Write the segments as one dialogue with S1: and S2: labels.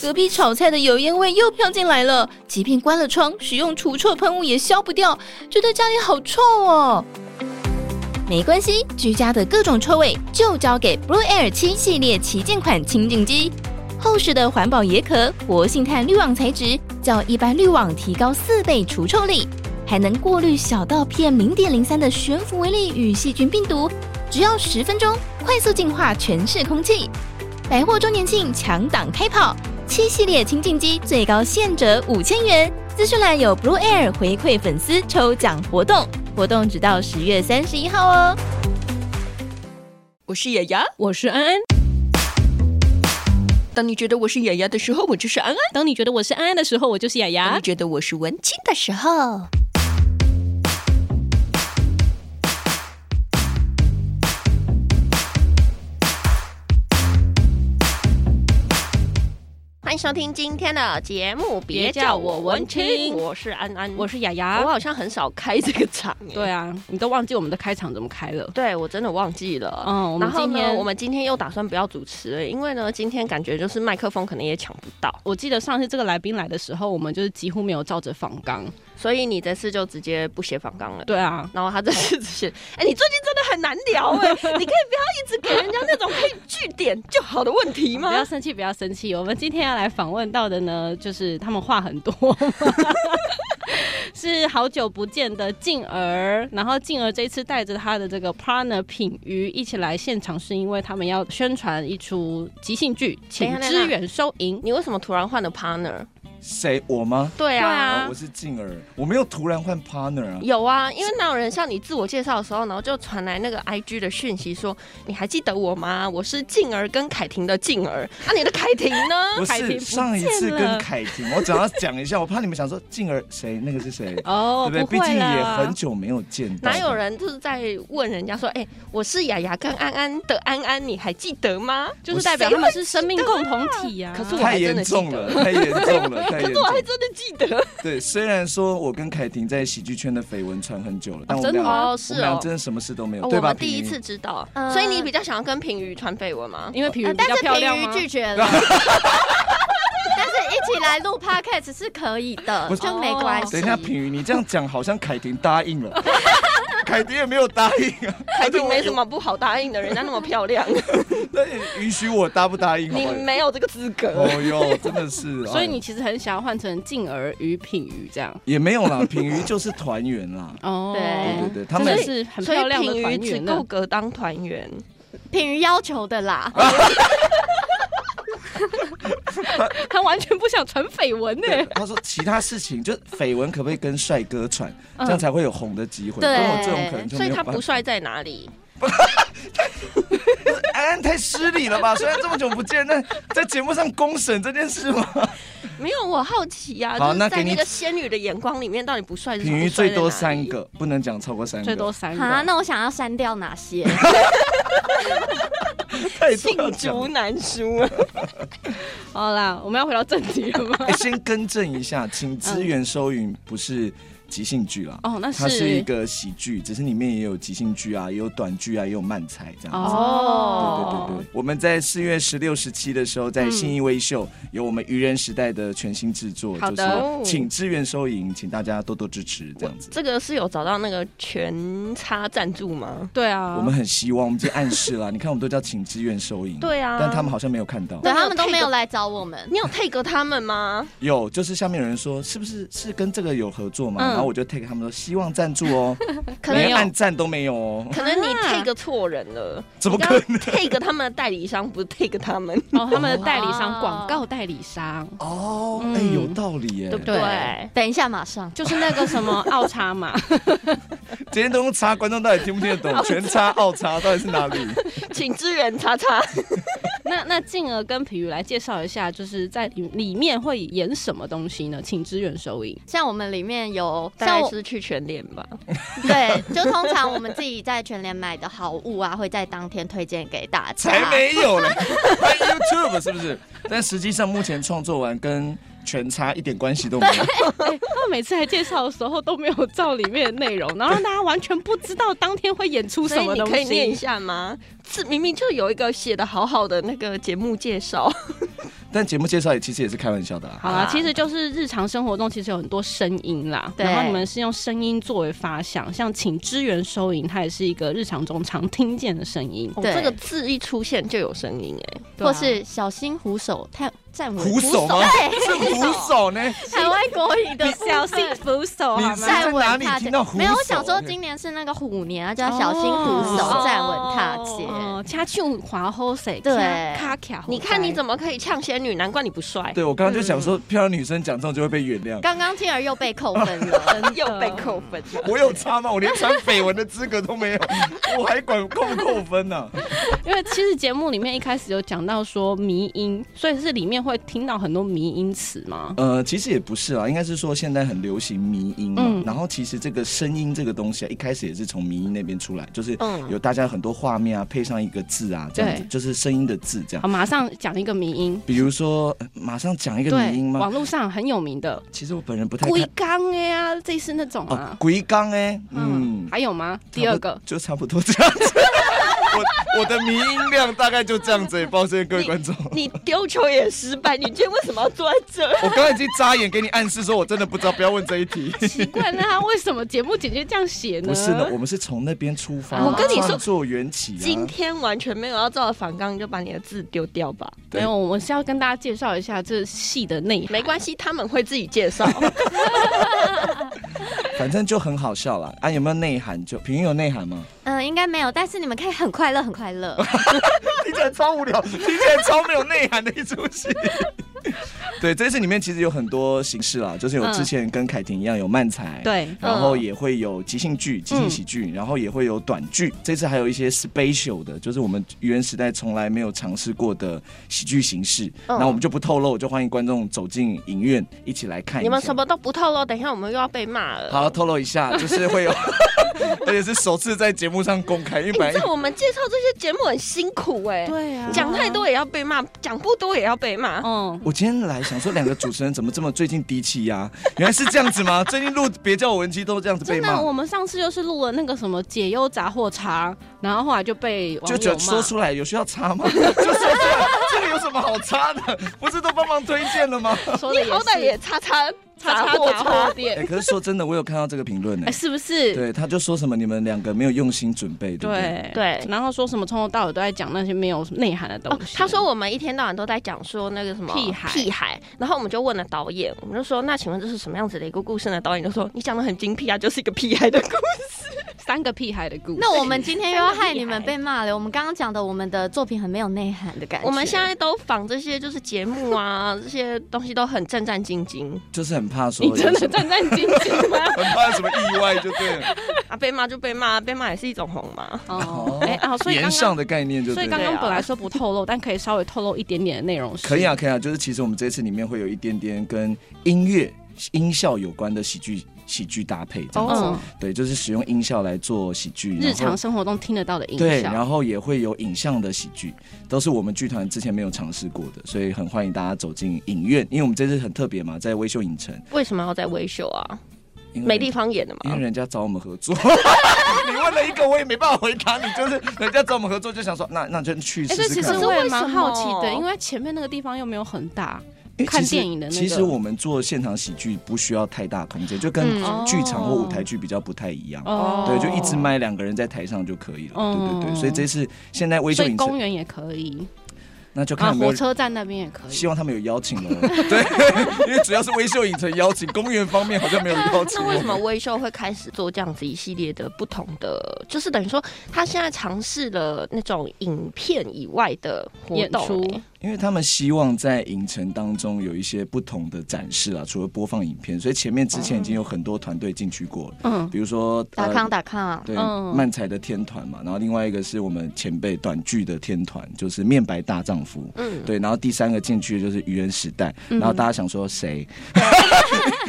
S1: 隔壁炒菜的油烟味又飘进来了，即便关了窗，使用除臭喷雾也消不掉，觉得家里好臭哦。没关系，居家的各种臭味就交给 Blue Air 七系列旗舰款清净机。厚实的环保野壳，活性炭滤网材质较一般滤网提高四倍除臭力，还能过滤小到 PM 零点零三的悬浮微粒与细菌病毒，只要十分钟，快速净化全市空气。百货周年庆强档开跑，七系列清净机最高现折五千元。资讯栏有 Blue Air 回馈粉丝抽奖活动，活动直到十月三十一号哦。
S2: 我是雅雅。
S3: 我是安安。
S2: 当你觉得我是雅雅的时候，我就是安安；
S3: 当你觉得我是安安的时候，我就是雅
S2: 当
S3: 雅
S2: 你。觉得我是文青的时候，
S4: 欢迎收听今天的节目，别
S3: 别
S4: 叫
S3: 叫
S4: 我
S3: 我
S4: 文
S3: 文
S4: 青，
S3: 青
S4: 我是安安，
S3: 我是雅
S4: 我
S3: 雅。
S4: 好像很少开这个场，哎
S3: 对啊，你都忘记我们的开场怎么开了。
S4: 对，我真的忘记了。
S3: 嗯，我
S4: 然
S3: 们
S4: 后
S3: 今
S4: 呢，
S3: 天
S4: 我们今天又打算不要主持了，因为呢，今天感觉就是麦克风可能也抢不到，
S3: 我记得上次这个来宾来的时候，我们就是几乎没有照着仿纲。
S4: 所以你这次就直接不写访纲了。
S3: 对啊，
S4: 然后他这次只写， 哎、你最近真的很难聊哎、你可以不要一直给人家那种可以据点就好的问题
S3: 不要
S4: 吗？
S3: 生气，不要生气。我们今天要来访问到的呢，就是他们话很多， 是好久不见的静儿。然后静儿这次带着她的这个 partner 品瑜一起来现场，是因为他们要宣传一出即兴剧，请
S4: 等一下
S3: 支援收银。
S4: 你为什么突然换了 partner？
S5: 谁我吗？
S4: 对
S5: 哦
S4: 啊
S5: 我，是静儿，我没有突然换 partner 啊。
S4: 有啊，因为那有人向你自我介绍的时候，然后就传来那个 IG 的讯息说，你还记得我吗？我是静儿跟凯婷的静儿，啊，你的凯婷 呢？
S5: 不
S3: 凯婷
S5: 是
S3: 不
S5: 上一
S3: 见
S5: 次
S3: 了
S5: 跟凯婷，我只要讲一下，我怕你们想说静儿谁那个是谁，
S3: 哦
S5: 对不，对？毕
S3: 会
S5: 竟也
S3: 啦
S5: 很久没有见到。
S4: 哪有？人就是在问人家说，哎、我是雅雅跟安安的安安，你还记得吗？
S3: 就是代表他们是生命共同体呀、啊。
S4: 可是我
S5: 太
S4: 还真
S5: 严
S4: 的记
S5: 重
S4: 得
S5: 了，太严重了，太严重
S4: 我还
S5: 了。
S4: 真的记得，
S5: 对，虽然说我跟凯婷在喜剧圈的绯闻传很久了，但我们
S3: 真的
S5: 俩
S3: 吗
S4: 哦
S5: 我
S4: 是
S5: 们俩
S4: 哦
S5: 真的什么事都没有，
S4: 哦
S5: 对
S4: 我
S5: 吧？
S4: 们第一
S5: 平
S4: 次知道，
S6: 嗯
S4: 所以你比较想要跟平瑜传绯闻吗？
S5: 嗯
S3: 因为皮
S6: 呃
S3: 比
S6: 但
S3: 较
S6: 是
S3: 漂
S6: 平
S3: 亮
S6: 鱼
S3: 吗？
S6: 拒绝了，但是一起来录 podcast 是可以的
S5: 不，是
S6: 就没关系。
S5: 等一下，品瑜，你这样讲好像凯婷 答应了， 凯婷也没有答应啊，
S4: 凯婷没什么不好答应的，人家那么漂 亮，
S5: 那也允许我答不答应好
S4: 你
S5: 不好？
S4: 没有这个资格。
S5: 哦哟，真的是，
S3: 所以
S5: 哎
S3: 你其实很想要换成静儿与品瑜这样。
S5: 也没有啦，品瑜就是团员啦。
S3: 哦，
S6: 对
S5: 对对他
S3: 真的
S5: 们
S3: 是很
S4: 所
S3: 漂
S4: 以
S3: 亮的
S4: 平瑜
S3: 团啊
S4: 只
S3: 员
S4: 够
S3: 呢。
S4: 格当团员，
S6: 品鱼要求的啦，
S3: 他完全不想传绯闻呢、
S5: 对他说其他事情就绯闻可不可以跟帅哥传，这样才会有红的机会。
S6: 对
S5: 跟我这种可能就
S4: 所
S5: 没
S4: 以
S5: 有
S4: 他
S5: 办法
S4: 不。帅在哪里？
S5: 安安哎太失礼了吧？虽然这么久不见，但 在节目上公审这件事嘛，
S4: 没有，我好奇呀、
S5: 好
S4: 就是
S5: 那
S4: 在
S5: 给你
S4: 那个仙女的眼光里面，到底不帅是
S5: 品
S4: 不
S5: 瑜
S4: 帅
S5: 最
S4: 在
S5: 多
S4: 哪里
S5: 三，个，不能讲超过三 个。
S3: 最多三
S6: 啊，
S3: 个。
S6: 那我想要删掉哪些？
S5: 太多
S4: 罄
S5: 要讲
S4: 竹
S5: 了。
S4: 难书啊！
S3: 好啦，我们要回到正题了 吗？
S5: 哎，先更正一下，请支援收云不是即兴剧啦。
S3: 哦，那
S5: 它
S3: 是
S5: 是一个喜剧，只是里面也有即兴剧啊，也有短剧啊，也有慢才这样子。
S3: 哦，
S5: 对对对，我们在四月十六、十七的时候，
S4: 嗯
S5: 在信义威秀、有我们愚人时代的全新制作，
S3: 好
S5: 就
S3: 的
S5: 是请支援收银，请大家多多支持，这样子。
S4: 这个是有找到那个全差赞助吗？
S3: 对啊，
S5: 我们很希望，我们已经暗示 了，你看我们都叫请支援收银，、
S4: 对啊，
S5: 但他们好像没有看到。
S6: 对
S4: 那
S6: 他们都没有来找我们。
S4: 你有 take 他们吗？
S5: 有，就是下面有人说是不是是跟这个有合作嘛？
S3: 嗯
S5: 然后我就 take 他们说希望赞助哦，
S4: 可能
S5: 连
S4: 有
S5: 按赞都没有哦，
S4: 可能你 take 错人了，
S5: 怎么可能？
S4: take 他们的代理商，不是 take 他们，
S3: 哦，他们的代理商，
S6: 哦
S3: 广告代理商。
S5: 哦，
S3: 嗯
S5: 哎、有道理耶
S4: 对不，
S3: 对
S4: 对？
S6: 等一下，马上。
S3: 就是那个什么奥叉 嘛，
S5: 今天都用插，观众到底听不听得 懂？全插、奥插到底是哪里？
S4: 请支援叉 叉。
S3: 那那进而跟皮鱼来介绍一下，就是在里里面会演什么东西呢？请支援收银。
S6: 像我们里面有，
S4: 大
S6: 像
S4: 概
S6: 我
S4: 是去全脸吧，
S6: 对，就通常我们自己在全联买的好物啊，会在当天推荐给大家。
S5: 才没有嘞，拍 YouTube 是不是？但实际上目前创作完跟全差一点关系都没有。
S3: 他们每次来介绍的时候都没有照里面的内容，然后让大家完全不知道当天会演出
S4: 所
S3: 什
S4: 以
S3: 么
S4: 你
S3: 东
S4: 可以念一
S3: 西。
S4: 下吗？这明明就有一个写的好好的那个节目介绍，
S5: 但节目介绍也其实也是开玩笑的啦。
S3: 好啦，其实就是日常生活中其实有很多声音啦，
S6: 对
S3: 然后你们是用声音作为发想，像请支援收银，它也是一个日常中常听见的声音，
S4: 哦，
S6: 对
S4: 这个字一出现就有声音哎、
S3: 对啊
S6: 或是小心虎手探站稳
S5: 虎手吗？
S6: 对，
S5: 是虎手呢？
S6: 台湾国语的
S3: 小心扶手
S5: 你
S4: 哦
S3: 好
S5: 是
S3: 吗？
S5: 在
S6: 站
S5: 哪
S6: 稳
S5: 里
S6: 踏阶
S5: 听到虎手？
S6: 没有，我想说今年是那个虎年，啊，叫小心虎手
S3: 哦
S6: 站稳踏阶。
S4: 嗯
S3: 哦，掐去滑后谁？
S6: 对
S3: 卡卡。
S4: 你看你
S3: 么？
S4: 怎么可以呛仙女？难怪你不帅。
S5: 对我刚刚就想说，漂亮女生讲这种就会被原谅。
S6: 刚刚听儿又被扣分 了，
S4: 又被扣分了。
S5: 我有差吗？我连传绯闻的资格都没有， 我还管扣不扣分呢、
S3: 因为其实节目里面一开始有讲到说迷音，所以是里面会听到很多迷音词吗？
S5: 呃，其实也不是啦，应该是说现在很流行迷音嘛。
S3: 嗯
S5: 然后其实这个声音这个东西啊，一开始也是从迷音那边出来，就是
S4: 嗯
S5: 有大家很多画面啊，配上一个字啊，这样子
S3: 对
S5: 就是声音的字这样
S3: 好，。马上讲一个迷音。
S5: 比如说，呃马上讲一个迷
S3: 对
S5: 音，吗？
S3: 网络上很有名的
S5: 其实我本人不太
S3: 龟
S5: 看
S3: 缸哎呀，这是那种
S5: 哦
S3: 啊，。
S5: 鬼刚哎，
S3: 嗯
S5: 嗯，，
S3: 还有吗？第二个，
S5: 就差不多这样子。我我的迷音量大概就这样子，也抱歉各位观众。
S4: 你丢球也失败，你今天为什么要坐在 这？
S5: 我刚刚已经眨眼给你暗示说，我真的不知道，不要问这一题。
S3: 奇怪，那他为什么节目简介这样写呢？
S5: 不是呢，我们是从那边出发，
S3: 我跟
S4: 你说
S5: 创作缘起、啊。
S4: 今天完全没有要照反刚，就把你的字丢掉吧。
S5: 对
S3: 没有，我们是要跟大家介绍一下这戏的内涵。
S4: 没关系，他们会自己介 绍。
S5: 反正就很好笑啦。啊，有没有内涵？就平云有内涵吗？
S6: 嗯，应该没有，但是你们可以很快乐，很 快乐。
S5: 听起来超无聊，听起来超没有内涵的一出戏。 对，这次里面其实有很多形式啦，就是有
S3: 嗯
S5: 之前跟凯婷一样有漫才，，
S3: 对，
S5: 然后也会有即兴剧、即兴喜
S4: 嗯
S5: 剧，然后也会有短剧。这次还有一些 special 的，就是我们愚人时代从来没有尝试过的喜剧形式。
S4: 嗯
S5: 那、我们就不透露，就欢迎观众走进影院一起来看一下。
S4: 你们什么都不透露，等一下我们又要被骂了。
S5: 好，透露一下，就是 会有，而且是首次在节目上公开，因为
S4: 哎，
S5: 本
S4: 你
S5: 来
S4: 知道我们介绍这些节目很辛苦哎、
S3: 对啊
S4: 讲太，多也要被骂，讲不多也要被骂。
S3: 嗯，
S5: 我今天来想说，两个主持人怎么这么最近低气压？ 原来是这样子吗？最近录别叫我文姬都这样子被
S3: 真的，，
S5: 骂
S3: 啊我们上次就是录了那个什么解忧杂货茶，然后后来就被网
S5: 就
S3: 友
S5: 觉得
S3: 骂
S5: 说出来有需要插吗？就 说出来，这个有什么好插的？不是都帮忙推荐 了吗？
S3: 说的
S4: 你
S3: 也
S4: 好歹
S3: 是
S4: 也擦擦
S3: 叉
S4: 杂
S3: 叉
S4: 货
S3: 杂货
S4: 车，
S5: 哎、
S3: 店，
S5: 可是说真的，我有看到这个评论呢
S3: 哎，。是不是？
S5: 对，他就说什么你们两个没有用心准备，对不对？
S3: 对
S4: 对
S3: 然后说什么从头到尾都在讲那些没有内涵的
S4: 哦
S3: 东西。，
S4: 他说我们一天到晚都在讲说那个什么
S3: 屁孩
S4: 屁孩，然后我们就问了导演，我们就说那请问这是什么样子的一个故事呢？导演就说你讲的很精辟啊，就是一个屁孩的 故事。
S3: 三个屁孩的故事。
S6: 那我们今天又要害你们被骂了。我们刚刚讲的，我们的作品很没有内涵的感觉。
S4: 我们现在都仿这些就是节目 啊，这些东西都很战战兢兢
S5: 就是很怕说
S3: 你
S5: 有什
S3: 真
S5: 么，
S3: 的战战兢兢吗？
S5: 很怕什么意外，就对了。
S4: 啊，被骂就被骂，被骂也是一种红嘛。
S3: 哦，哎啊， 所以
S5: 言
S3: 刚
S5: 上
S3: 刚。
S5: 的概念就
S3: 所
S5: 对
S3: 以
S5: 了。
S3: 刚刚本来说不透露，但可以稍微透露一点点的内容是。
S5: 可以啊，可以啊，就是其实我们这次里面会有一点点跟音乐音效有关的喜剧喜剧搭配这样子，
S3: 嗯，
S5: 对，就是使用音效来做喜
S4: 嗯
S5: 剧，
S3: 日
S5: 然
S3: 常
S5: 后
S3: 生活中听得到的音
S5: 对，
S3: 效。
S5: 然后也会有影像的喜剧，都是我们剧团之前没有尝试过的，所以很欢迎大家走进影院，因为我们这次很特别嘛，在微秀影城，
S4: 为什么要在维修啊？
S5: 因为
S4: 美丽方演的
S5: 因
S4: 嘛
S3: 啊
S5: 为。人家找我们合作， 你问了一个我也没办法回答你，就是人家找我们合作就想说，那那就去
S3: 哎，
S5: 试
S3: 这
S5: 试
S3: 其
S5: 看
S3: 实
S5: 吧。
S3: 我也
S4: 可是为
S3: 蛮
S4: 什
S3: 好奇的，
S4: 么
S3: 因为前面那个地方又没有很大，
S5: 因为其实
S3: 看电影的那个
S5: 其实我们做现场喜剧不需要太大空间，就跟
S3: 嗯
S5: 剧场或舞台剧比较不太一样。
S3: 哦
S5: 对，就一支麦，两个人在台上就可以了。
S3: 哦
S5: 对对对，所以这次现在微秀
S3: 所以
S5: 影
S3: 公
S5: 城，
S3: 园也可以，
S5: 那就看
S3: 啊，
S5: 有没有
S3: 火。车站那边也可以
S5: 希。望他们有邀请哦了，对，因为主要是微秀影城邀请，公园方面好像没有邀请哦
S4: 那
S5: 我们。
S4: 为什么微秀会开始做这样子一系列的不同的，就是等于说他现在尝试了那种影片以外的活
S3: 演
S4: 动、
S3: 出
S4: 欸
S5: 因为他们希望在影城当中有一些不同的展示啊，除了播放影片，所以前面之前已经有很多团队进去过了，
S3: 嗯，
S5: 比如说
S6: 打
S5: 呃
S6: 康打康，
S5: 对，
S3: 嗯
S5: 漫才的天团嘛，然后另外一个是我们前辈短剧的天团，就是面白大丈夫。
S4: 嗯，
S5: 对，然后第三个进去就是愚人时代，
S3: 嗯
S5: 然后大家想说谁？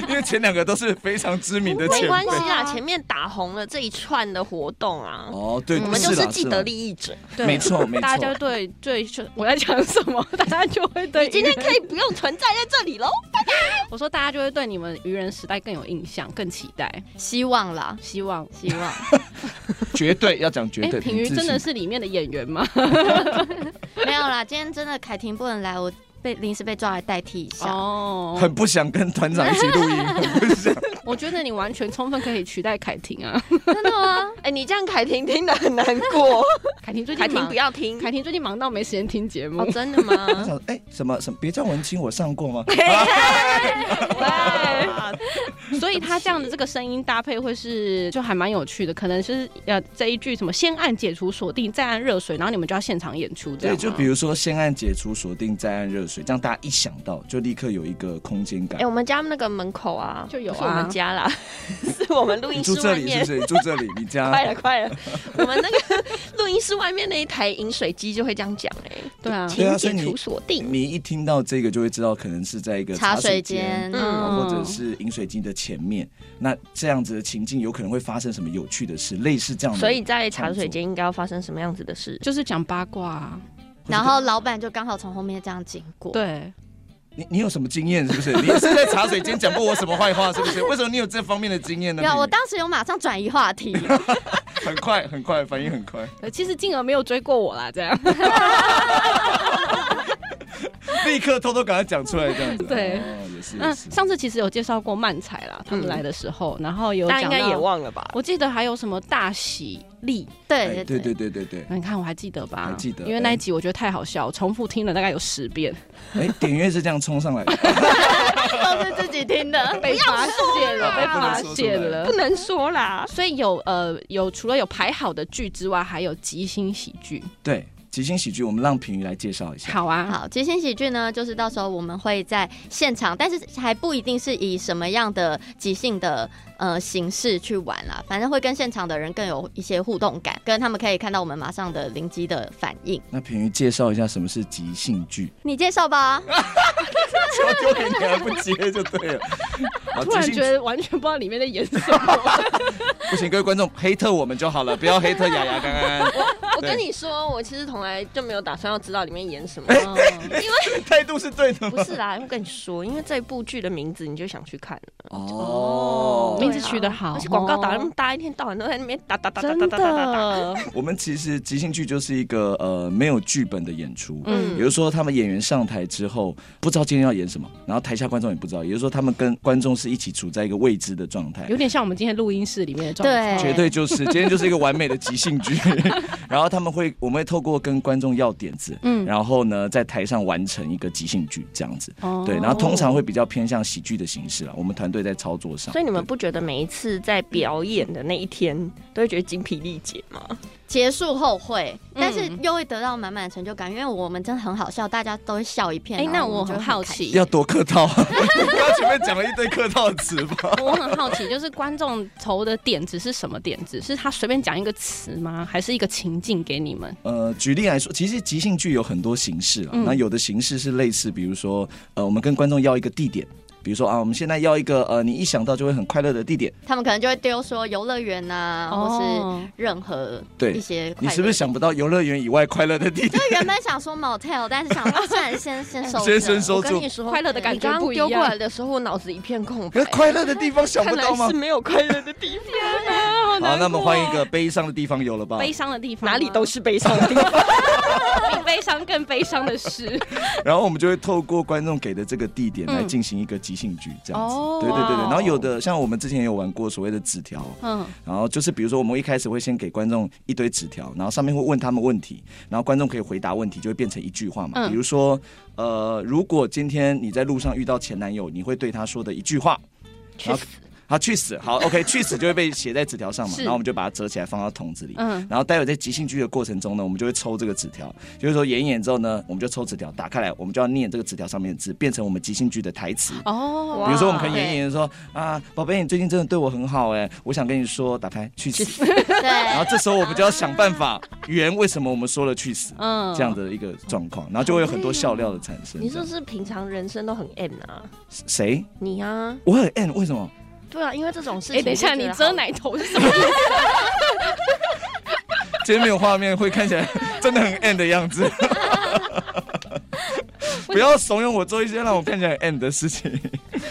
S5: 因为前两个都是非常知名的
S4: 嗯没
S5: 前
S4: 关系
S5: 辈。
S4: 啦，前面打红了这一串的活动啊，
S5: 哦，对，
S4: 我们就是是
S5: 啦
S4: 既得，利益者。
S5: 是啦没 错没
S3: 大家就
S5: 错。
S3: 对对，就我在讲什么， 大家就会对
S4: 你今天
S3: 愚人
S4: 可以不用存在在这里喽。
S3: 我说大家就会对你们愚人时代更有印象，更期待，
S6: 希望啦，
S3: 希望。
S6: 希望。
S5: 绝对要讲绝
S3: 哎
S5: 对，，
S3: 品
S5: 凭
S3: 瑜
S5: 自
S3: 真的
S5: 信
S3: 是里面的演员吗？
S6: 没有啦，今天真的凯婷不能来，我被临时被抓来代替一下。
S3: 哦，
S5: 很不想跟团长一起录音，很不想。
S3: 我觉得你完全充分可以取代凯婷啊！
S6: 真的吗？
S4: 哎、你这样凯婷听得很难 过，
S3: 凯婷最近
S4: 凯婷
S3: 忙
S4: 不，要听。
S3: 凯婷最近忙到没时间听节目
S4: 哦，。真的吗？
S5: 我想，哎、什么什么？别叫文青，我上过吗？
S3: 所以他这样的这个声音搭配会是就还蛮有趣的，可能是呃这一句什么先按解除锁定，再按热水，然后你们就要现场演出这
S5: 对，
S3: 样。
S5: 就比如说先按解除锁定，再按热水，这样大家一想到就立刻有一个空间
S4: 哎、
S5: 感。
S4: 我们家那个门口啊，
S3: 就有啊
S4: 不是我们家啦， 是我们录
S5: 你
S4: 音
S5: 住
S4: 室
S5: 这
S4: 外
S5: 里是不
S4: 面。
S5: 是？你住这里，你
S4: 快
S5: 家
S4: 了，快了！我们那个 录音室外面那一台饮水机就会这样讲哎、
S3: 对啊，
S5: 对啊
S4: 请
S5: 所以
S4: 解
S5: 你
S4: 除锁定。
S5: 你一听到这个就会知道，可能是在一个
S6: 茶水
S5: 水
S6: 间，
S4: 嗯
S5: 然
S6: 嗯，
S5: 后或者是饮水机的前面。那这样子的情境有可能会发生什么有趣的事？类似这样的，
S4: 所以在茶水间应该要发生什么样子的事？
S3: 就是讲八卦、啊。
S6: 然后老板就刚好从后面这样经过。
S3: 对，
S5: 你你有什么经验？是不是？你是在茶水间讲过我什么坏话？是不是？为什么你有这方面的经验呢？
S6: 没有，
S5: 你
S6: 我当时有马上转移话 题，
S5: 很快很快反应很快，
S3: 呃其实静儿没有追过我啦，这样。
S5: 立刻偷偷赶快讲出来这样子。
S3: 对
S5: 哦，也是
S3: 那
S5: 也是。
S3: 上次其实有介绍过漫才啦，他们来的时候，然后有
S4: 大家
S3: 讲
S4: 应
S3: 到
S4: 该也，忘了吧？
S3: 我记得还有什么大喜力，
S5: 哎
S6: 对
S5: 对对对对对，
S3: 你看我还记得吧？
S5: 还记得
S3: 因为那一集我觉得太好笑，我重复听了大概有十遍，
S5: 哎，点阅是这样冲上来的，
S6: 都是自己听的。
S3: 被发现了，
S5: 啦
S3: 被发
S5: 不能说出来
S3: 现了
S4: 不。能说啦，
S3: 所以有呃有除了有排好的剧之外，还有即兴喜剧。
S5: 对。即兴喜剧，我们让平鱼来介绍一下。
S3: 好啊，
S6: 好，即兴喜剧呢，就是到时候我们会在现场，但是还不一定是以什么样的即兴的呃形式去玩啦，反正会跟现场的人更有一些互动感，跟他们可以看到我们马上的灵机的反应。
S5: 那平鱼介绍一下什么是即兴剧，
S6: 你介绍吧，
S5: 交丢给你啊还不接就对了。好
S3: 突然
S5: 即兴
S3: 觉得完全不知道里面在演 什么。
S5: 不行，各位观众黑特我们就好了，不要黑特雅雅刚刚
S4: 我
S5: 对
S4: 跟你说，我其实从来就没有打算要知道里面演什么。嗯
S5: 态度是对的吗
S4: 哎不是啦，我跟你说，因为这部剧的名字你就想去看了，
S5: 哦
S3: 名字取得好
S4: 而且广告打那么大，一天到晚都在那边打打打打
S3: 真
S4: 打打打打打。
S3: 的，
S5: 我们其实即兴剧就是一个呃没有剧本的演出，
S3: 嗯
S5: 也就是说他们演员上台之后不知道今天要演什么，然后台下观众也不知道，也就是说他们跟观众是一起处在一个未知的状态
S3: 有。点像我们今天录音室里面的状态。
S6: 对，
S5: 绝对就是，今天就是一个完美的即兴剧。然后他们会，我们会透过跟观众要点子，
S3: 嗯
S5: 然后呢，在台上完成一个即兴剧这样子。
S3: 哦
S5: 对，然后通常会比较偏向喜剧的形式啦。我们团队在操作上，
S4: 所以你们不觉得每一次在表演的那一天都会觉得精疲力竭吗？
S6: 结束后会，
S3: 嗯
S6: 但是又会得到满满的成就感，因为我们真的很好笑，大家都会笑一片。
S3: 哎，
S6: 然
S3: 那
S6: 后
S3: 我
S6: 们就
S3: 很
S6: 很
S3: 好
S6: 开心，
S3: 奇，
S5: 要多客套， 刚前面讲了一堆客套词吧。
S3: 我很好奇， 就是观众投的点子是什么点子？是他随便讲一个词吗？还是一个情境给你们？
S5: 呃，举例来说，其实即兴剧有很多形式啊。
S3: 嗯
S5: 那有的形式是类似，比如说，呃，我们跟观众要一个地点，比如说啊，我们现在要一个呃，你一想到就会很快乐的地点。
S6: 他们可能就会丢说游乐园呐，或是
S3: 哦
S6: 任何
S5: 对
S6: 一些快乐。
S5: 你是不是想不到游乐园以外快乐的地 点？
S6: 原本想说 motel，但是想说算了，先先收着。
S5: 先先收
S4: 我跟
S5: 住
S4: 你。 说，
S3: 快乐的感
S4: 你刚
S3: 觉
S4: 刚
S3: 不一
S4: 丢过
S3: 样？
S4: 来的时候，我脑子一片空
S5: 可
S4: 白
S5: 是。快乐的地方想
S4: 看
S5: 不到
S4: 来
S5: 吗
S4: 是？没有快乐的地方，
S5: 好，那我们换一个悲伤的地方有了吧？
S3: 悲伤的地方吗，
S4: 哪里都是悲伤的地 方。
S3: 比悲 伤更悲伤的事。
S5: 然后我们就会透过观众给的这个地点来
S3: 嗯
S5: 进行一个即兴剧，这样子。
S3: 哦
S5: 对对对对。
S3: 哇哦
S5: 然后有的像我们之前也有玩过所谓的纸条，
S3: 嗯，
S5: 然后就是比如说我们一开始会先给观众一堆纸条，然后上面会问他们问题，然后观众可以回答问题，就会变成一句话嘛。
S3: 嗯
S5: 比如说，呃，如果今天你在路上遇到前男友，你会对他说的一句话，
S4: 去
S5: 然后好去死， 好 OK，去死就会被写在纸条上嘛。
S3: 是
S5: 然后我们就把它折起来放到桶子里。
S3: 嗯
S5: 然后待会在即兴剧的过程中呢，我们就会抽这个纸条，就是说演一演之后呢，我们就抽纸条打开来，我们就要念这个纸条上面的字，变成我们即兴剧的台词。
S3: 哦
S5: 比如说，我们可
S4: 很
S5: 以演一演说啊，宝贝，你最近真的对我很好哎、我想跟你说，打开去死。然
S6: 对，
S5: 后这时候我们就要想办法圆为什么我们说了去死
S3: 嗯
S5: 这样的一个状况，然后就会有很多笑料的产生。
S4: 你是
S5: 这
S4: 不
S5: 样
S4: 是平常人生都很 M 啊？
S5: 谁？
S4: 你啊，
S5: 我很 N，为什么？
S4: 对啊，因为这种事情，
S3: 哎，等一下，你遮，奶头 是什么？
S5: 今天没有画面，会看起来真的很 N 的样子。不要怂恿我做一些让我看起来很 N 的事情。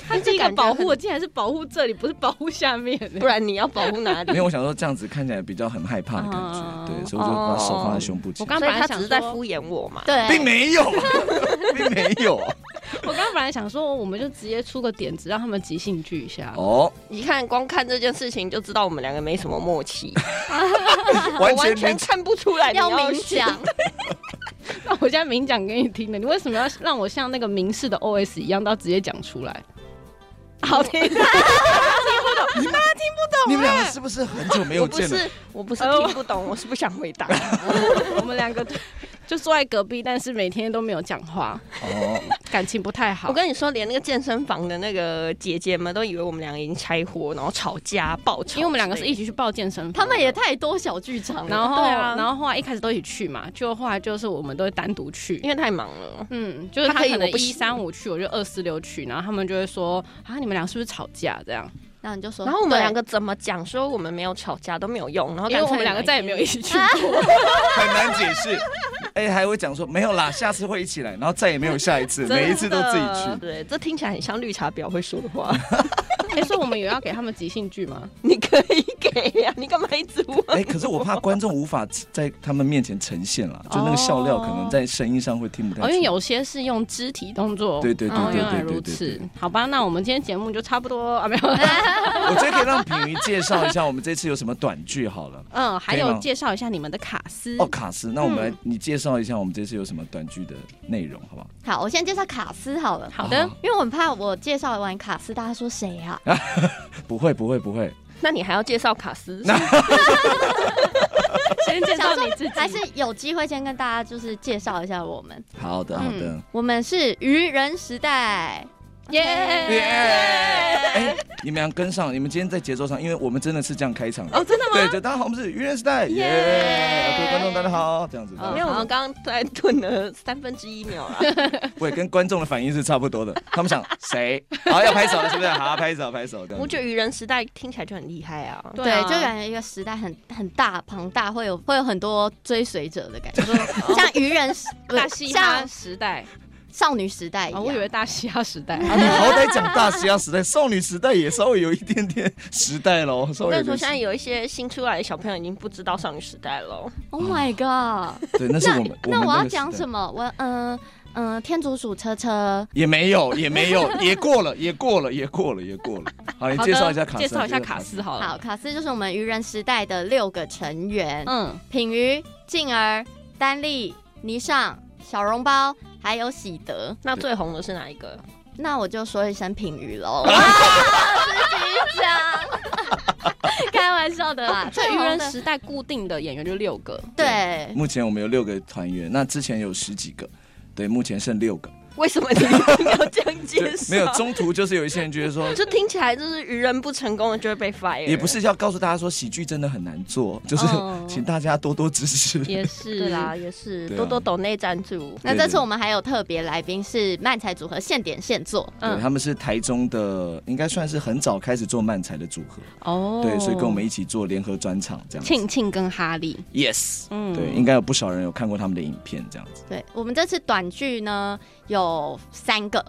S3: 它是一个保护，我竟然是保护这里，不是保护下面。
S4: 不然你要保护哪
S5: 没
S4: 里？
S5: 有，我想说这样子看起来比较很害怕的感觉，
S3: 哦
S5: 对，所以我就把手放在胸部
S3: 我
S5: 前，
S3: 刚
S4: 所
S3: 本
S4: 以
S3: 来
S4: 他
S3: 想
S4: 只是在
S3: 说
S4: 敷衍我嘛。
S6: 对，
S5: 并没有，并没有。
S3: 我刚刚本来想说，我们就直接出个点子，让他们即兴剧一下。
S5: 哦，
S4: 你看，光看这件事情就知道我们两个没什么默契，
S5: 完
S4: 我完
S5: 全
S4: 全看不出来你
S6: 要
S4: 要
S6: 明讲，
S3: 那我现在明讲给你听的，你为什么要让我像那个明示的 OS 一样，到直接讲出来？好 听，
S5: 你们你们两个是不是很久没有
S4: 我不
S5: 见了？
S4: 是，我不是
S3: 哎我
S4: 听不懂，我是不想回 答。
S3: 我们两个就就坐在隔壁，但是每天都没有讲话，
S5: 哦，
S3: 感情不太好。
S4: 我跟你说，连那个健身房的那个姐姐们都以为我们两个已经拆伙，然后吵架爆吵之类的，
S3: 因为我们两个是一起去报健身房，
S6: 他们也太多小剧场了。
S3: 然后、
S4: 对啊
S3: 然后后来一开始都一起去嘛，就后来就是我们都会单独去，
S4: 因为太忙了。
S3: 嗯，就是
S4: 他
S3: 他
S4: 可以
S3: 可能
S4: 我不
S3: 一
S4: 行
S3: 三五去，我就二四六去，然后他们就会说啊，你们俩是不是吵架这样？
S6: 然后你就
S3: 嗯
S6: 说，
S4: 然后我们
S6: 对
S4: 两个怎么讲说我们没有吵架都没有用，然后
S3: 因
S4: 干
S3: 为我
S4: 脆
S3: 们两个再也没有一起去
S4: 啊
S3: 过，
S5: 很难解 释。哎，还会讲说没有啦，下次会一起来，然后再也没有下一次，
S4: 真的
S5: 每一次都自 己去。
S4: 对，这听起来很像绿茶婊会说的话。
S3: 哎、所以我们有要给他们即兴剧吗？
S4: 你可以给呀、你干嘛一直问？
S5: 哎，可是我怕观众无法在他们面前呈现了，就那个笑料可能在声音上会听不太
S3: 哦，因为
S5: 清。
S3: 有些是用肢体动作。
S5: 对对对
S3: 哦，
S5: 对
S3: 原来
S5: 对
S3: 如
S5: 对对
S3: 此
S5: 对，。
S3: 好吧，那我们今天节目就差不多啊，没有。
S5: 我觉得可以让品瑜介绍一下我们这次有什么短剧好了。
S3: 嗯，还
S5: 可以
S3: 有
S5: 吗
S3: 介绍一下你们的卡斯
S5: 哦，卡斯，那我们
S3: 嗯
S5: 来你介绍一下我们这次有什么短剧的内容，好不好？
S6: 好，我先介绍卡斯好了。
S3: 好
S5: 哦
S3: 的，
S6: 因为我很怕我介绍完卡斯，大家说谁啊？
S5: 不会不会不会，
S4: 那你还要介绍卡斯？
S3: 先介绍你自己。
S6: 还是有机会先跟大家就是介绍一下我们。
S5: 好的好的。
S6: 嗯
S3: 嗯
S6: 我们是愚人时代，
S5: 耶！
S3: 耶，
S5: 哎，你们俩跟上，你们今天在节奏上，因为我们真的是这样开场的。哦，真的吗？对，就大家好，我们是愚人时代，耶！各位观众大家好，这样子。
S4: 哦
S3: 嗯
S4: 因为我们刚刚在顿了三分之一秒了，啊
S5: 对，跟观众的反应是差不多的。他们想谁？好，要拍手了，是不是？好，拍手拍手。这样子
S4: 我觉得愚人时代听起来就很厉害啊。
S3: 对啊
S6: 就感觉一个时代很很大庞大，会有会有很多追随者的感觉， 像愚人时不
S3: 大嘻哈
S6: 像
S3: 时代
S6: 少女时代一
S4: 哎
S3: 啊，
S6: 样。
S3: 我以为大嘻哈时代。
S5: 啊， 你好歹讲大时代、时代、少女时代也稍微有一点点时代喽，稍
S4: 我
S5: 微
S4: 跟
S5: 有
S4: 你说，
S5: 点时
S4: 现在有一些新出来的小朋友已经不知道少女时代了。
S6: Oh my god！
S5: 对，那是嗯我们。
S6: 那
S5: 们
S6: 我
S5: 那
S6: 要
S5: 个时
S6: 讲
S5: 代
S6: 什么？我嗯嗯、呃天竺鼠车车，
S5: 也没有，也没有，也过了，也过了，也过了，也过了。好，你
S3: 好的
S5: 介绍一下卡斯，
S3: 介绍一下卡斯好了。
S6: 好，卡斯就是我们愚人时代的六个成员：
S3: 嗯，
S6: 品瑜、静儿、丹丽、霓裳、小笼包，还有喜德。
S4: 那最红的是哪一个？
S6: 那我就说一声品瑜喽。 自己讲，开玩笑的 啦。
S3: 所
S6: 这
S3: 以
S6: 愚
S3: 愚人
S6: 人时
S3: 时代固定的演员就六个，
S6: 对，
S5: 目前我们有六个团员，那之前有十几个，对，目前剩六个。
S4: 为什么你一定要这样
S5: 就
S4: 介绍？，
S5: 没有，中途就是有一些人觉得 说
S4: 就听起来就是愚人不成功的就会被 fire。
S5: 也不是要告诉大家说喜剧真的很难做，就是
S3: 哦嗯
S5: 请大家多多支持。
S3: 也是
S4: 对啦，，也是
S5: 对啊
S4: 多多抖内赞助。
S6: 那
S5: 对
S6: 这
S5: 对
S6: 次我们还有特别来宾是漫才组合现点现做，
S5: 对，他们是台中的，应该算是很早开始做漫才的组合，
S3: 哦
S5: 对，所以跟我们一起做联合专场这样子。
S3: 庆庆跟哈利，
S5: Yes，
S3: 嗯
S5: 对，应该有不少人有看过他们的影片这样子。
S6: 对我们这次短剧呢有三个，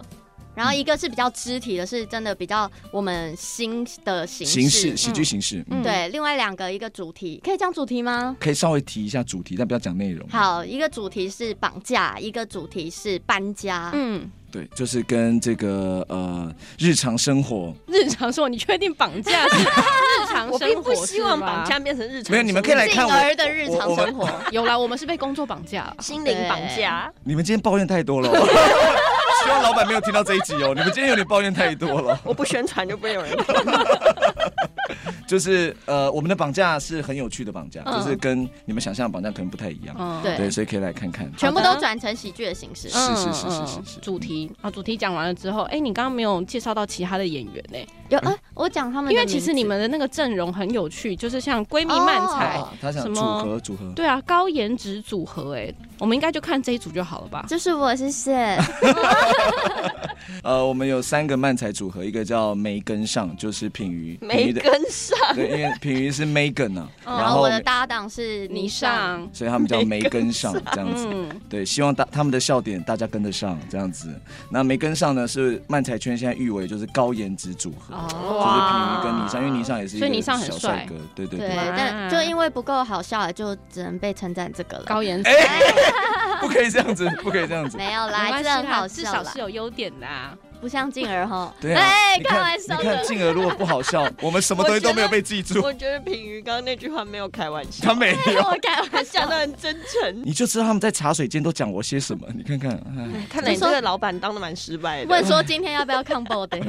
S6: 然后一个是比较肢体的，是真的比较我们新的形式。
S5: 形式，喜剧形式，嗯，
S6: 对，另外两个一个主题可以讲主题吗？
S5: 可以稍微提一下主题，但不要讲内容。，
S6: 好，一个主题是绑架，一个主题是搬家。
S3: 嗯，
S5: 对，就是跟这个呃日常生活，
S3: 日常生活，你确定绑架 是日常生活？
S4: 我并不希望绑架。变成日常，
S5: 没有，你们可以来
S6: 静
S5: 看我。
S6: 儿的日常生活，
S3: 有啦，我们是被工作绑架了。
S4: 心灵绑架。
S5: 你们今天抱怨太多了哦，希望老板没有听到这一集哦。你们今天有点抱怨太多了。哦
S4: 我不宣传就不会有 人。
S5: 就是呃，我们的绑架是很有趣的绑架，
S3: 嗯
S5: 就是跟你们想象的绑架可能不太一样，
S3: 嗯，
S6: 对
S5: 对，所以可以来看看。
S6: 全部都转成喜剧的形式。
S5: 是是是是是是
S3: 嗯主题啊，主题讲完了之后，哎，你刚刚没有介绍到其他的演员呢，
S6: 有哎、我讲他们的名字，
S3: 因为其实你们的那个阵容很有趣，就是像闺蜜漫才，
S6: 哦
S5: 他想
S3: 什
S5: 组
S3: 么
S5: 合组合，
S3: 对啊，高颜值组合哎、我们应该就看这一组就好了吧？
S6: 就是我，谢谢。
S5: 呃，我们有三个漫才组合，一个叫没跟上，就是品瑜，品
S4: 没
S5: 瑜的，
S4: 跟 上，
S5: 对，因为品瑜是 Megan 啊，
S6: 然
S5: 然
S6: 后
S5: 后
S6: 哦我的搭档是
S3: 你
S6: 霓尚，
S3: 上，
S5: 所以他们叫没跟上这样子。
S3: 嗯，
S5: 对，希望大他们的笑点大家跟得上这样子。那没跟上呢，是漫才圈现在誉为就是高颜值组合，
S3: 哦
S5: 就是品瑜跟倪尚，因为倪尚也是一
S3: 所以倪
S5: 个
S3: 尚很
S5: 小帅
S3: 帅
S5: 哥，对对
S6: 对，啊
S5: 对，
S6: 但就因为不够好笑，就只能被称赞这个了。
S3: 高颜值。
S5: 哎，不可以这样子， 不可以这样子。
S6: 没有
S3: 没
S6: 啦，还
S3: 关
S6: 是
S3: 系
S6: 很好
S3: 啦，至
S6: 笑
S3: 少
S6: 啦
S3: 是，有优点的、啊。
S6: 不像静儿 哈。
S5: 对啊，
S6: 哎
S5: 你
S6: 开
S5: 看
S6: 玩笑
S5: 你看
S6: 的。
S5: 静儿如果不好 笑，我们什么东西都没有被记住，
S4: 我觉得品瑜刚刚那句话没有开玩笑，
S5: 他没有，
S6: 我开玩笑
S4: 讲，的很真诚。
S5: 你就知道他们在茶水间都讲我些什么。你看看，
S6: 嗯
S5: 哎，
S4: 看来你这个老板当的蛮失败的。嗯
S6: 问说今天要不要看 b 的？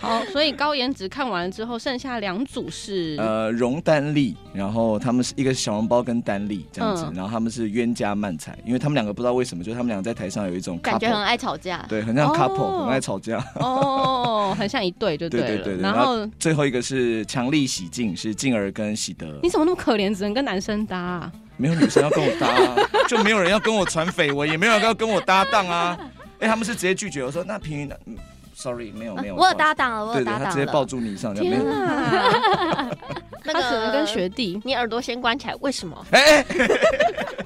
S3: 好，所以高颜值看完了之后，剩下两组是、
S5: 呃，容丹丽，然后他们是一个小笼包跟丹丽这样子，
S3: 嗯
S5: 然后他们是冤家漫才，因为他们两个不知道为什么，就是他们两个在台上有一种
S6: 感觉
S5: couple
S6: 很爱吵架。
S5: 对，很像
S3: 哦
S5: couple，、很爱吵架。
S3: 哦，很像一对就
S5: 对
S3: 了。
S5: 对对对。
S3: 然后
S5: 最后一个是强力喜静，是静儿跟喜德
S3: 你，怎么那么可怜，只能跟男生搭、啊？
S5: 没有女生要跟我搭、啊， 就没有人要跟我传绯闻，也没有人要跟我搭档啊。哎、他们是直接拒绝我说，那平云的、嗯、，sorry，没有没有，
S6: 啊我有搭档了，我
S5: 对对，
S6: 有搭
S5: 他
S6: 档
S5: 直接抱
S6: 了。
S5: 住你上，没
S3: 天
S5: 有。
S3: 啊，
S4: 那
S3: 他只能跟学弟。
S4: 你耳朵先关起来，为什么？
S5: 哎、欸，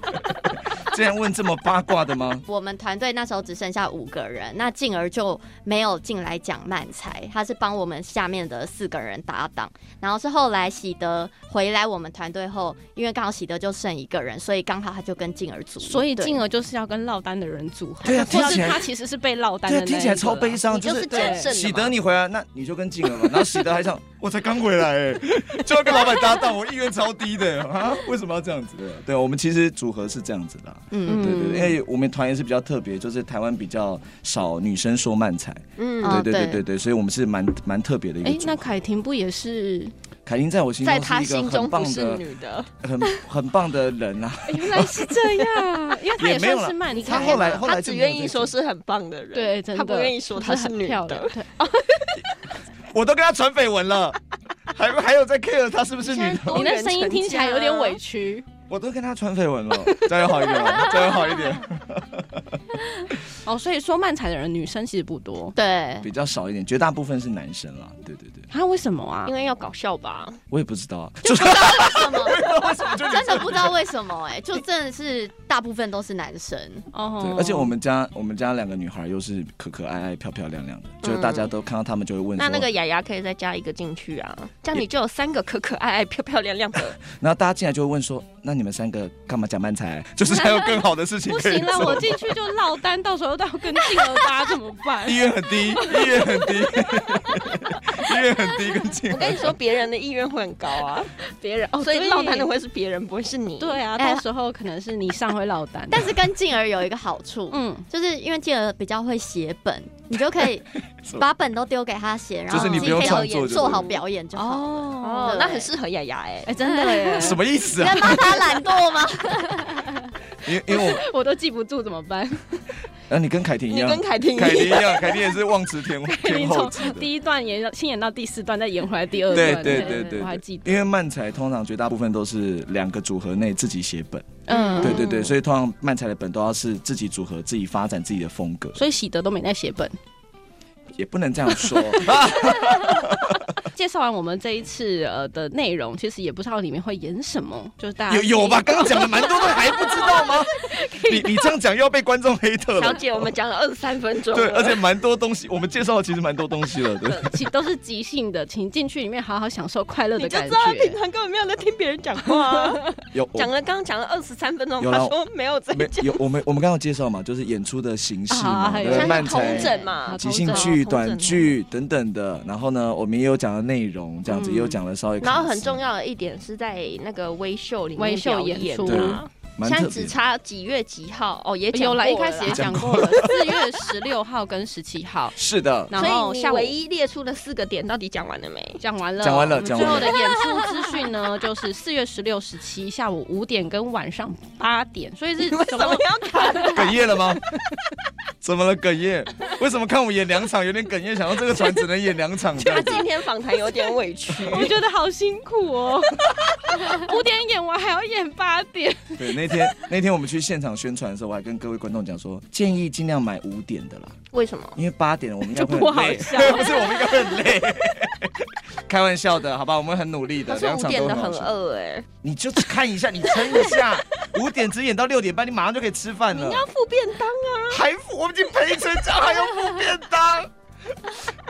S5: 这样问这么八卦的吗？
S6: 我们团队那时候只剩下五个人，那静儿就没有进来讲漫才，他是帮我们下面的四个人搭档。然后是后来喜德回来我们团队后，因为刚好喜德就剩一个人，所以刚好他就跟静儿组。
S3: 所以进
S6: 儿，
S3: 而就是要跟落单的人组合，
S5: 对啊
S3: 或
S5: 听起
S3: 是
S5: 来
S3: 他其实是被落单
S5: 对
S3: 的那
S5: 啊，
S3: 一个啦，
S5: 听起来超悲伤，
S4: 你就是
S5: 对
S4: 战胜的嘛
S5: 喜德你回来，那你就跟静儿嘛。然后喜德还想， 我才刚回来、哎，就要跟老板搭档，我意愿超低的啊，为什么要这样子？对啊，对啊我们其实组合是这样子的啊、
S6: 嗯
S5: 对对对，因为我们团也是比较特别，就是台湾比较少女生说漫才，
S4: 嗯，
S6: 哦
S5: 对对对
S6: 对
S5: 对对，所以我们是蛮蛮特别的一个
S3: 哎，
S5: 组
S3: 那
S5: 合。
S3: 凯婷不也是？
S5: 凯琳在我心
S4: 在
S5: 中
S4: 他
S5: 是一
S4: 心
S5: 个
S4: 中
S5: 很
S4: 不
S5: 棒
S4: 是
S5: 的、
S4: 女的，
S5: 很很棒的人啊。
S3: 哎原来是这样，因为他
S5: 也没有
S3: 算是
S5: 啦
S3: 慢
S5: 他
S3: 才
S5: 后来
S3: 嘛
S5: 哎后
S4: 他
S5: 来
S4: 只
S5: 就没有
S4: 愿意
S5: 再
S4: 说
S5: 见，
S4: 是很棒的人，
S3: 对，真
S4: 他
S3: 的，
S4: 不愿意说
S3: 她
S4: 她
S3: 是
S4: 是
S3: 很
S4: 女
S3: 漂亮
S4: 的。
S3: 对
S5: 我都跟他传绯闻了，还还有在 care 他是不是女的，
S3: 你那声音听起来有点委屈。
S5: 我都跟他传绯闻了，加油好一点哦，加油好一点，
S3: 哦，所以说慢才的人女生其实不多，
S6: 对，
S5: 比较少一点，绝大部分是男生啦。对对对，
S3: 他为什么啊
S4: 因？为要搞笑吧，
S5: 我也不知道啊，就是
S6: 什么？ 真的不知道为什么哎、就真的是大部分都是男生，
S5: 对
S3: 哦，
S5: 而且我们家我们家两个女孩又是可可爱爱、漂漂亮亮的，就是大家都看到他们就会问
S4: 那
S5: 说，
S4: 那个雅雅可以再加一个进去啊，这样你就有三个可可爱爱、漂漂亮亮 的。
S5: 然后大家进来就会问说，那你们三个干嘛讲漫才？啊就是还有更好的事情
S3: 不
S5: 可以
S3: 行了，我
S5: 做。
S3: 进去就落单，到时候要跟静儿搭怎么办
S5: 意？愿很低，意愿很低，意愿很低，跟进
S4: 我跟你说，别人的意愿会很高啊，
S3: 别人 哦，
S4: 所以
S3: 对
S4: 落单的会是别人，不会是你。
S3: 对啊，
S6: 哎
S3: 到时候可能是你上会落单，啊
S6: 但是跟静儿有一个好处，
S3: 嗯，
S6: 就是因为静儿比较会写本，你就可以
S5: 什么
S6: 把本都丢给他写，然
S5: 就是
S6: 后
S5: 你
S6: 你
S5: 不
S6: 自
S5: 用
S6: 己
S5: 创
S6: 可
S5: 作就
S6: 以
S5: 对
S6: 做
S5: 了
S6: 好表演就好了。
S4: 哦
S3: 哦，，
S4: 那很适合雅雅哎。
S3: 哎，真的耶，
S5: 什么意思
S6: 你
S5: 啊
S6: 在？骂他懒 惰吗？
S5: 因为因为我，
S3: 我都记不住怎么办？
S5: 呃，你跟凯婷一
S4: 你
S5: 样
S4: 跟，凯婷一
S5: 凯婷一
S4: 样，
S5: 样，凯婷也是望词天后
S3: 你
S5: 天后
S3: 从
S5: 级的。
S3: 第一段演先演到第四段，再演回来第二
S5: 对
S3: 段，
S5: 对对对
S3: 我还记
S5: 对，
S3: 得，
S5: 因为漫才通常绝大部分都是两个组合内自己写本，
S3: 嗯，
S5: 对对对，所以通常漫才的本都要是自己组合、自己发展自己的风格，
S3: 所以喜德都没在写本。
S5: 也不能这样 说。
S3: 介绍完我们这一次呃的内容，其实也不知道里面会演什么，就是大家
S5: 有有吧？刚刚讲了蛮多的，还不知 道吗？你你这样讲又要被观众黑特
S4: 小
S5: 了。
S4: 姐，我们讲了二十三分钟了，
S5: 对，而且蛮多东西，我们介绍的其实蛮多东西了，对。
S3: 其实都是即兴的，请进去里面好好享受快乐
S4: 你
S3: 的
S4: 就
S3: 感
S4: 知
S3: 觉
S4: 道。他平常根本没有在听别人讲话 啊。
S5: 有
S4: 讲了刚刚讲了二十三分钟，
S5: 有啦
S4: 他说没有在
S5: 没
S4: 讲，
S5: 有？我们我们刚刚有介绍嘛，就是演出的形式
S3: 啊
S5: 嘛，
S3: 还有
S5: 对
S3: 像
S5: 漫
S4: 同
S5: 才、
S4: 整嘛，
S5: 即兴
S3: 同
S5: 剧、
S4: 整啊
S5: 短剧等等的。然后呢，我们也有讲的内容，这样子也有讲了稍微。
S4: 嗯然后很重，要的一点是在那个微秀里面
S3: 微秀
S4: 表
S3: 演
S4: 演
S3: 出
S5: 对
S4: 啊，
S5: 蛮
S4: 现
S5: 特
S4: 在
S5: 别
S4: 只
S5: 的。
S4: 差几月几号哦，也
S3: 有
S4: 了
S3: 来一开始也
S4: 啦
S3: 讲
S5: 讲
S3: 过了，四月十六号跟十七 号，
S5: 是的，
S3: 然后
S4: 所以你
S3: 下午
S4: 唯一列出的四个点到底讲完了没？
S3: 讲完了，
S5: 讲完了
S3: 我们
S5: 讲
S3: 最
S5: 完
S3: 后
S5: 了
S3: 的演出资讯呢，就是四月十六、十七下午五点跟晚上八点，所以是
S4: 为什
S3: 总
S4: 么
S3: 共
S4: 要卡？
S5: 哽咽了吗？怎么了？哽咽？为什么看我演两场有点哽咽？想到这个船只能演两场这
S4: 他
S5: 样子，
S4: 今天访谈有点委屈，
S3: 我觉得好辛苦哦， 五点演完还要演八点，
S5: 对，那天那天我们去现场宣传的时候，我还跟各位观众讲说，建议尽量买五点的啦，
S4: 为什么？
S5: 因为八点我们应该
S3: 就
S5: 会
S3: 不
S5: 很
S3: 好
S5: 累，
S3: 笑
S5: 不是我们应该会很累。开玩笑的，好吧，我们很努力
S4: 他
S5: 的，
S4: 说
S5: 两
S4: 五
S5: 场
S4: 点
S5: 都
S4: 的
S5: 好
S4: 很
S5: 笑。
S4: 饿哎、
S5: 你就看一下，你撑一下，五点只演到六点半，你马上就可以吃饭了。你要付便当啊！还付？我们已经赔成这样，还要付便当，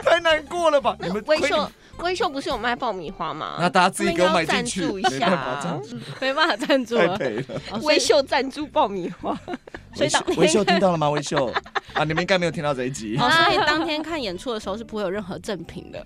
S5: 太难过了吧？你们
S4: 微
S5: 亏你
S4: 秀微秀不是有卖爆米花吗？
S5: 那大家自己给我买进去，啊
S4: 他们应该要赞助一
S5: 没
S4: 下
S5: 办法，这样子
S3: 没办法赞助
S5: 太
S3: 了。
S5: 赔了。
S3: 哦所以
S4: 微秀赞助爆米花，
S3: 所以当
S5: 维秀听 到了吗？维秀啊，你们应该没有听到这一集，
S3: 哦，所以当天看演出的时候是不会有任何赠品的。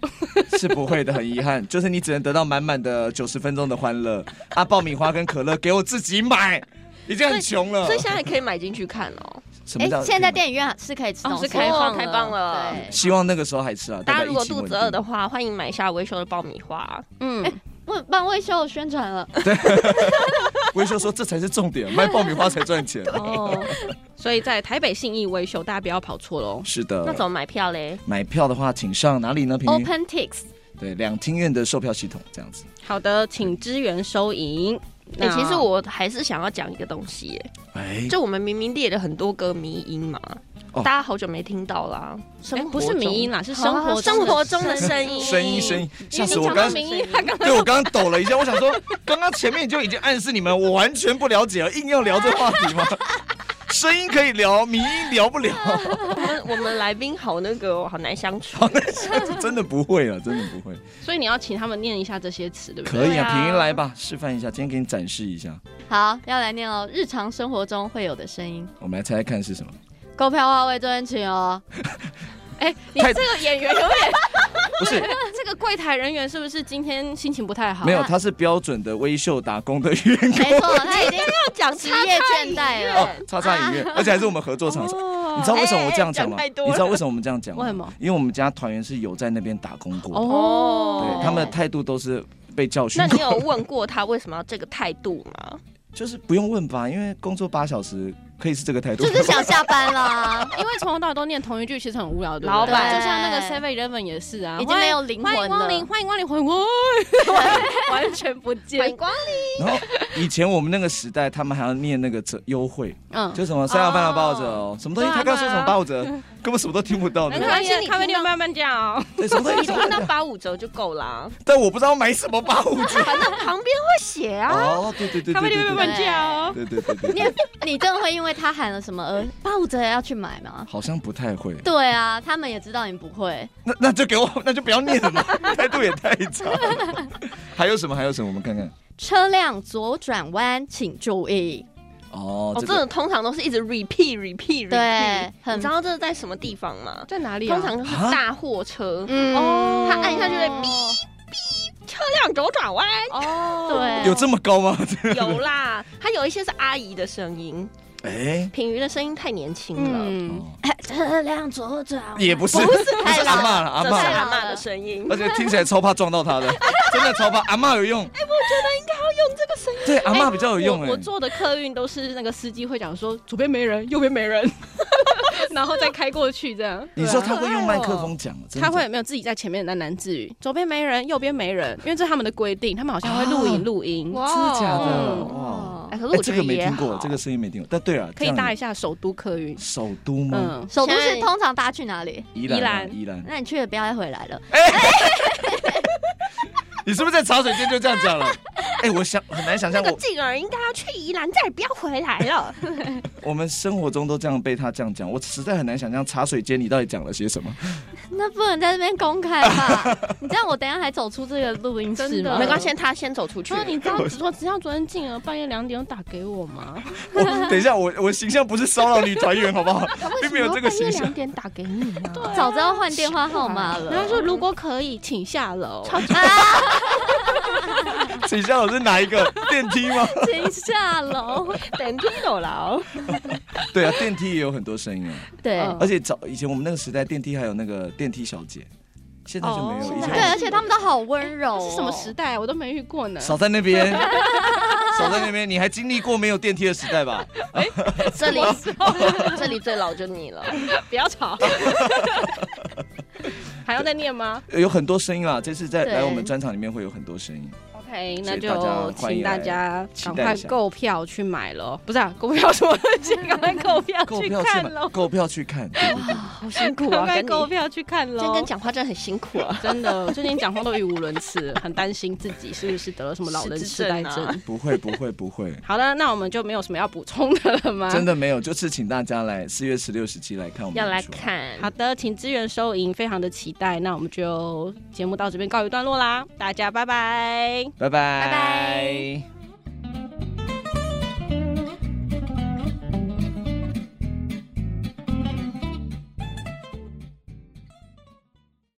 S5: 是不会的，很遗憾，就是你只能得到满满的九十分钟的欢乐啊！爆米花跟可乐给我自己买，已经很穷了
S4: 所以。现在还可以买进去看哦。
S5: 什么
S6: 哎
S5: 叫？，
S6: 现在电影院是可以吃东西，
S3: 哦是开放
S4: 哦
S3: 了
S4: 开放了。
S6: 对，
S5: 希望那个时候还吃啊！
S4: 大家
S5: 代
S4: 如
S5: 表
S4: 果
S5: 疫情
S4: 肚
S5: 稳
S4: 子饿
S5: 定
S4: 的话，欢迎买下微秀的爆米花。啊
S3: 嗯，
S6: 我哦帮魏秀宣传了，
S5: 维修说这才是重点，卖爆米花才 赚钱。
S3: 哦，所以在台北信义维修，大家不要跑错喽。
S5: 是的。
S4: 那怎么买哦票嘞？
S5: 买票的话，请上哪里呢？平云
S6: OpenTix，
S5: 对两厅院的售票系统这样子。
S3: 好的，请支援收银。
S4: 哎、
S3: 那
S4: 其实我还是想要讲一个东西耶，
S5: 哎，
S4: 就我们明明列了很多歌迷音嘛，
S5: 哦
S4: 大家好久没听到啦。
S3: 哎
S4: 生活
S3: 不是迷音
S4: 啦，
S3: 啦，是生活
S4: 生活中
S3: 的
S4: 的声音，
S5: 哎声音声音，吓死
S3: 因为你讲
S5: 我！刚
S3: 到民意，他刚
S5: 对我刚刚抖了一下，我想说， 刚刚前面就已经暗示你们，我完全不了解了，硬要聊这话题吗？ 声音可以聊，迷音 聊不了，
S4: 我们我们来宾好那个、哦、好难相处。
S5: 真的不会了，真的 不会。
S3: 所以你要请他们念一下这些词，对不对？
S5: 可以
S4: 对
S5: 啊，
S4: 啊
S5: 平云来吧，示范一下，今天给你展示一下，
S6: 好，要来念哦。日常生活中会有的声音，
S5: 我们来猜猜看 是什么。
S6: 购票话为周恩请哦。
S3: 哎，你
S5: 太
S3: 这个演员有点，
S5: 不是，
S3: 这个柜台人员是不是今天心情不太好？啊
S5: 没有，它是标准的微秀打工的员工。
S6: 没错，他已经要
S4: 讲
S6: 职业倦怠 了。
S5: 哦，叉叉影院， 而且还是我们合作厂商。你知道为什么我这样讲吗？
S4: 哎哦哎哎讲太多了
S5: 你知道为什么我们这样讲吗？
S3: 为什么？
S5: 因为我们家团员是有在那边打工过的，
S3: 哦，
S5: 对他们的态度都是被教训
S4: 那你
S5: 过，
S4: 有问过他为什么要这个态度吗？
S5: 就是不用问吧，因为工作八小时可以是这个态度。
S6: 就是想下班啦，
S3: 因为从头到尾都念同一句，其实很无聊，对不对
S4: 老板
S3: 就像那个 Seven Eleven 也是啊，
S6: 已经没有灵
S3: 欢迎
S6: 魂
S3: 光
S6: 了。
S3: 临，欢迎光临，欢迎光临，完全不
S4: 欢
S3: 见
S4: 迎。光临，
S5: 然后以前我们那个时代，他们还要念那个折优惠，
S3: 嗯，
S5: 就什么三幺八的八五折哦，什么东西
S3: 对啊
S5: 他刚刚说什么八五折，根本什么都听不到
S3: 没
S5: 的。
S3: 关系
S4: 没关系，
S3: 咖啡店慢慢讲哦。
S5: 对，什么东
S4: 你
S5: 西都
S4: 听
S5: 听不
S4: 到
S5: 到
S4: 八五折就够啦。
S5: 但我不知道买什么八五折。
S4: 反正旁边会写啊。
S5: 哦，对对对
S3: 咖
S5: 对
S3: 啡店
S5: 对
S3: 慢
S5: 对
S3: 慢讲哦。
S5: 对对对对
S6: 你
S5: 对，
S6: 你真的会因为他喊了什么而八五折要去买吗？
S5: 好像不太会。
S6: 对啊，他们也知道你不会。
S5: 那那就给我，那就不要念了嘛，态度也太差了。还有什么？还有什么？我们看看。
S6: 车辆左转弯，请注意。
S5: 哦，
S4: 哦，
S5: 这
S4: 这
S5: 个
S4: 种通常都是一直 repeat repeat repeat。
S6: 对很
S4: 你知道这是在什么地方吗？
S3: 在哪里啊？
S4: 通常就是
S5: 啊
S4: 大货车，
S6: 嗯，
S3: 哦，
S4: 他按一下就会哔车辆左转弯。
S3: 哦，
S6: 对
S5: 有这么高吗？
S4: 有啦，它有一些是阿姨的声音，
S5: 哎，
S4: 品瑜的声音太年轻了，
S3: 嗯，
S5: 哦
S6: 哎车辆左转弯
S5: 也不是，
S6: 太
S5: 是
S6: 老
S5: 阿妈了，阿
S4: 这
S5: 妈
S4: 是
S5: 了，
S4: 阿嬷的声音。
S5: 而且听起来超怕撞到她的，真的超怕。阿妈有用，哎，我觉得应该要用这个声音。对，阿妈比较有用
S3: 我
S5: 哎
S3: 我。坐的客运都是那个司机会讲说左边没人，右边没人， 然后再开过去这样。
S5: 你说他会用麦克风讲，真的
S3: 他会有没有自己在前面喃喃自语？左边没人，右边没人，因为这是他们的规定，他们好像会录影录音，
S5: 真的假的
S6: 哦
S3: 嗯
S5: 哇？
S4: 哎，可
S5: 哎
S4: 是我
S5: 这
S4: 觉
S5: 个
S4: 得
S5: 没
S4: 也
S5: 听过
S4: 好，
S5: 这个声音没听过。但对啊，
S3: 可以
S5: 这样
S3: 搭一下首都客运。
S5: 首都吗？
S3: 嗯，
S6: 首都
S4: 现
S6: 是
S4: 在
S6: 通常大家去哪里？
S5: 宜
S3: 宜
S5: 兰啊，
S3: 兰
S5: 宜兰。
S6: 那你去了不要再回来了。
S5: 你是不是在茶水间就这样讲了？哎，我想很难想象
S4: 那个
S5: 我
S4: 静儿应该要去宜兰，再也不要回来 了。
S5: 我们生活中都这样被他这样讲，我实在很难想象茶水间你到底讲了些什么。
S6: 那不能在这边公开吧？你这样我等一下还走出这个录音室
S3: 真的
S6: 吗？
S4: 没关系，他先走出去
S3: 说。你知道，说只要昨天静儿半夜两点有打给我 吗？
S5: 我等一下，我我形象不是骚扰女团员，好不好？并没有这个形象
S4: 两。点打给你啊？
S6: 早知道换电话号码了。
S3: 然后说如果可以，请下楼。
S5: 请下我是哪一个电梯吗？
S6: 请下楼。
S4: 等听到了，
S5: 对啊，电梯也有很多声音啊。
S6: 对，
S3: 嗯
S5: 而且早以前我们那个时代，电梯还有那个电梯小姐，现在就没有，
S3: 哦
S5: 以前我
S3: 现在
S6: 对，而且他们都好温柔、哦
S3: 这是什么时？代啊？我都没遇过呢。
S5: 少在那边，少在那边，你还经历过没有电梯的时代吧？
S4: 这里 这里最老就你了，
S3: 不要 吵。还要再念吗
S5: 有很多声音啦，这次在
S6: 对
S5: 来我们专场里面会有很多声音。
S3: ？OK，
S5: 所
S3: 那
S5: 以大家
S3: 就
S5: 欢
S3: 请
S5: 迎
S3: 大
S5: 来
S3: 家
S5: 期
S3: 赶
S5: 待一
S3: 快
S5: 下
S3: 购票去买喽！不是啊，购票什么东西？赶快购票
S5: 购
S3: 去
S5: 票去
S3: 看
S5: 买，
S3: 喽！
S5: 购票去看，对对对
S4: 好辛苦
S3: 赶
S4: 啊，
S3: 快
S4: 跟
S3: 购
S4: 你
S3: 票去看
S4: 真
S3: 喽！
S4: 跟讲话真的很辛苦啊。
S3: 真的，最近讲话都语无伦次，很担心自己是不是得了什么老人痴呆
S4: 失智症啊
S3: 症。
S5: 不会不会不会，
S3: 好了，那我们就没有什么要补充的了吗？
S5: 真的没有，就是请大家来四月十六、十七来看我们
S4: 要来
S5: 演出，啊
S4: 看，
S3: 好的，请支援收银，非常的期待。那我们就节目到这边告一段落啦，大家拜拜。
S5: 拜拜
S6: 拜。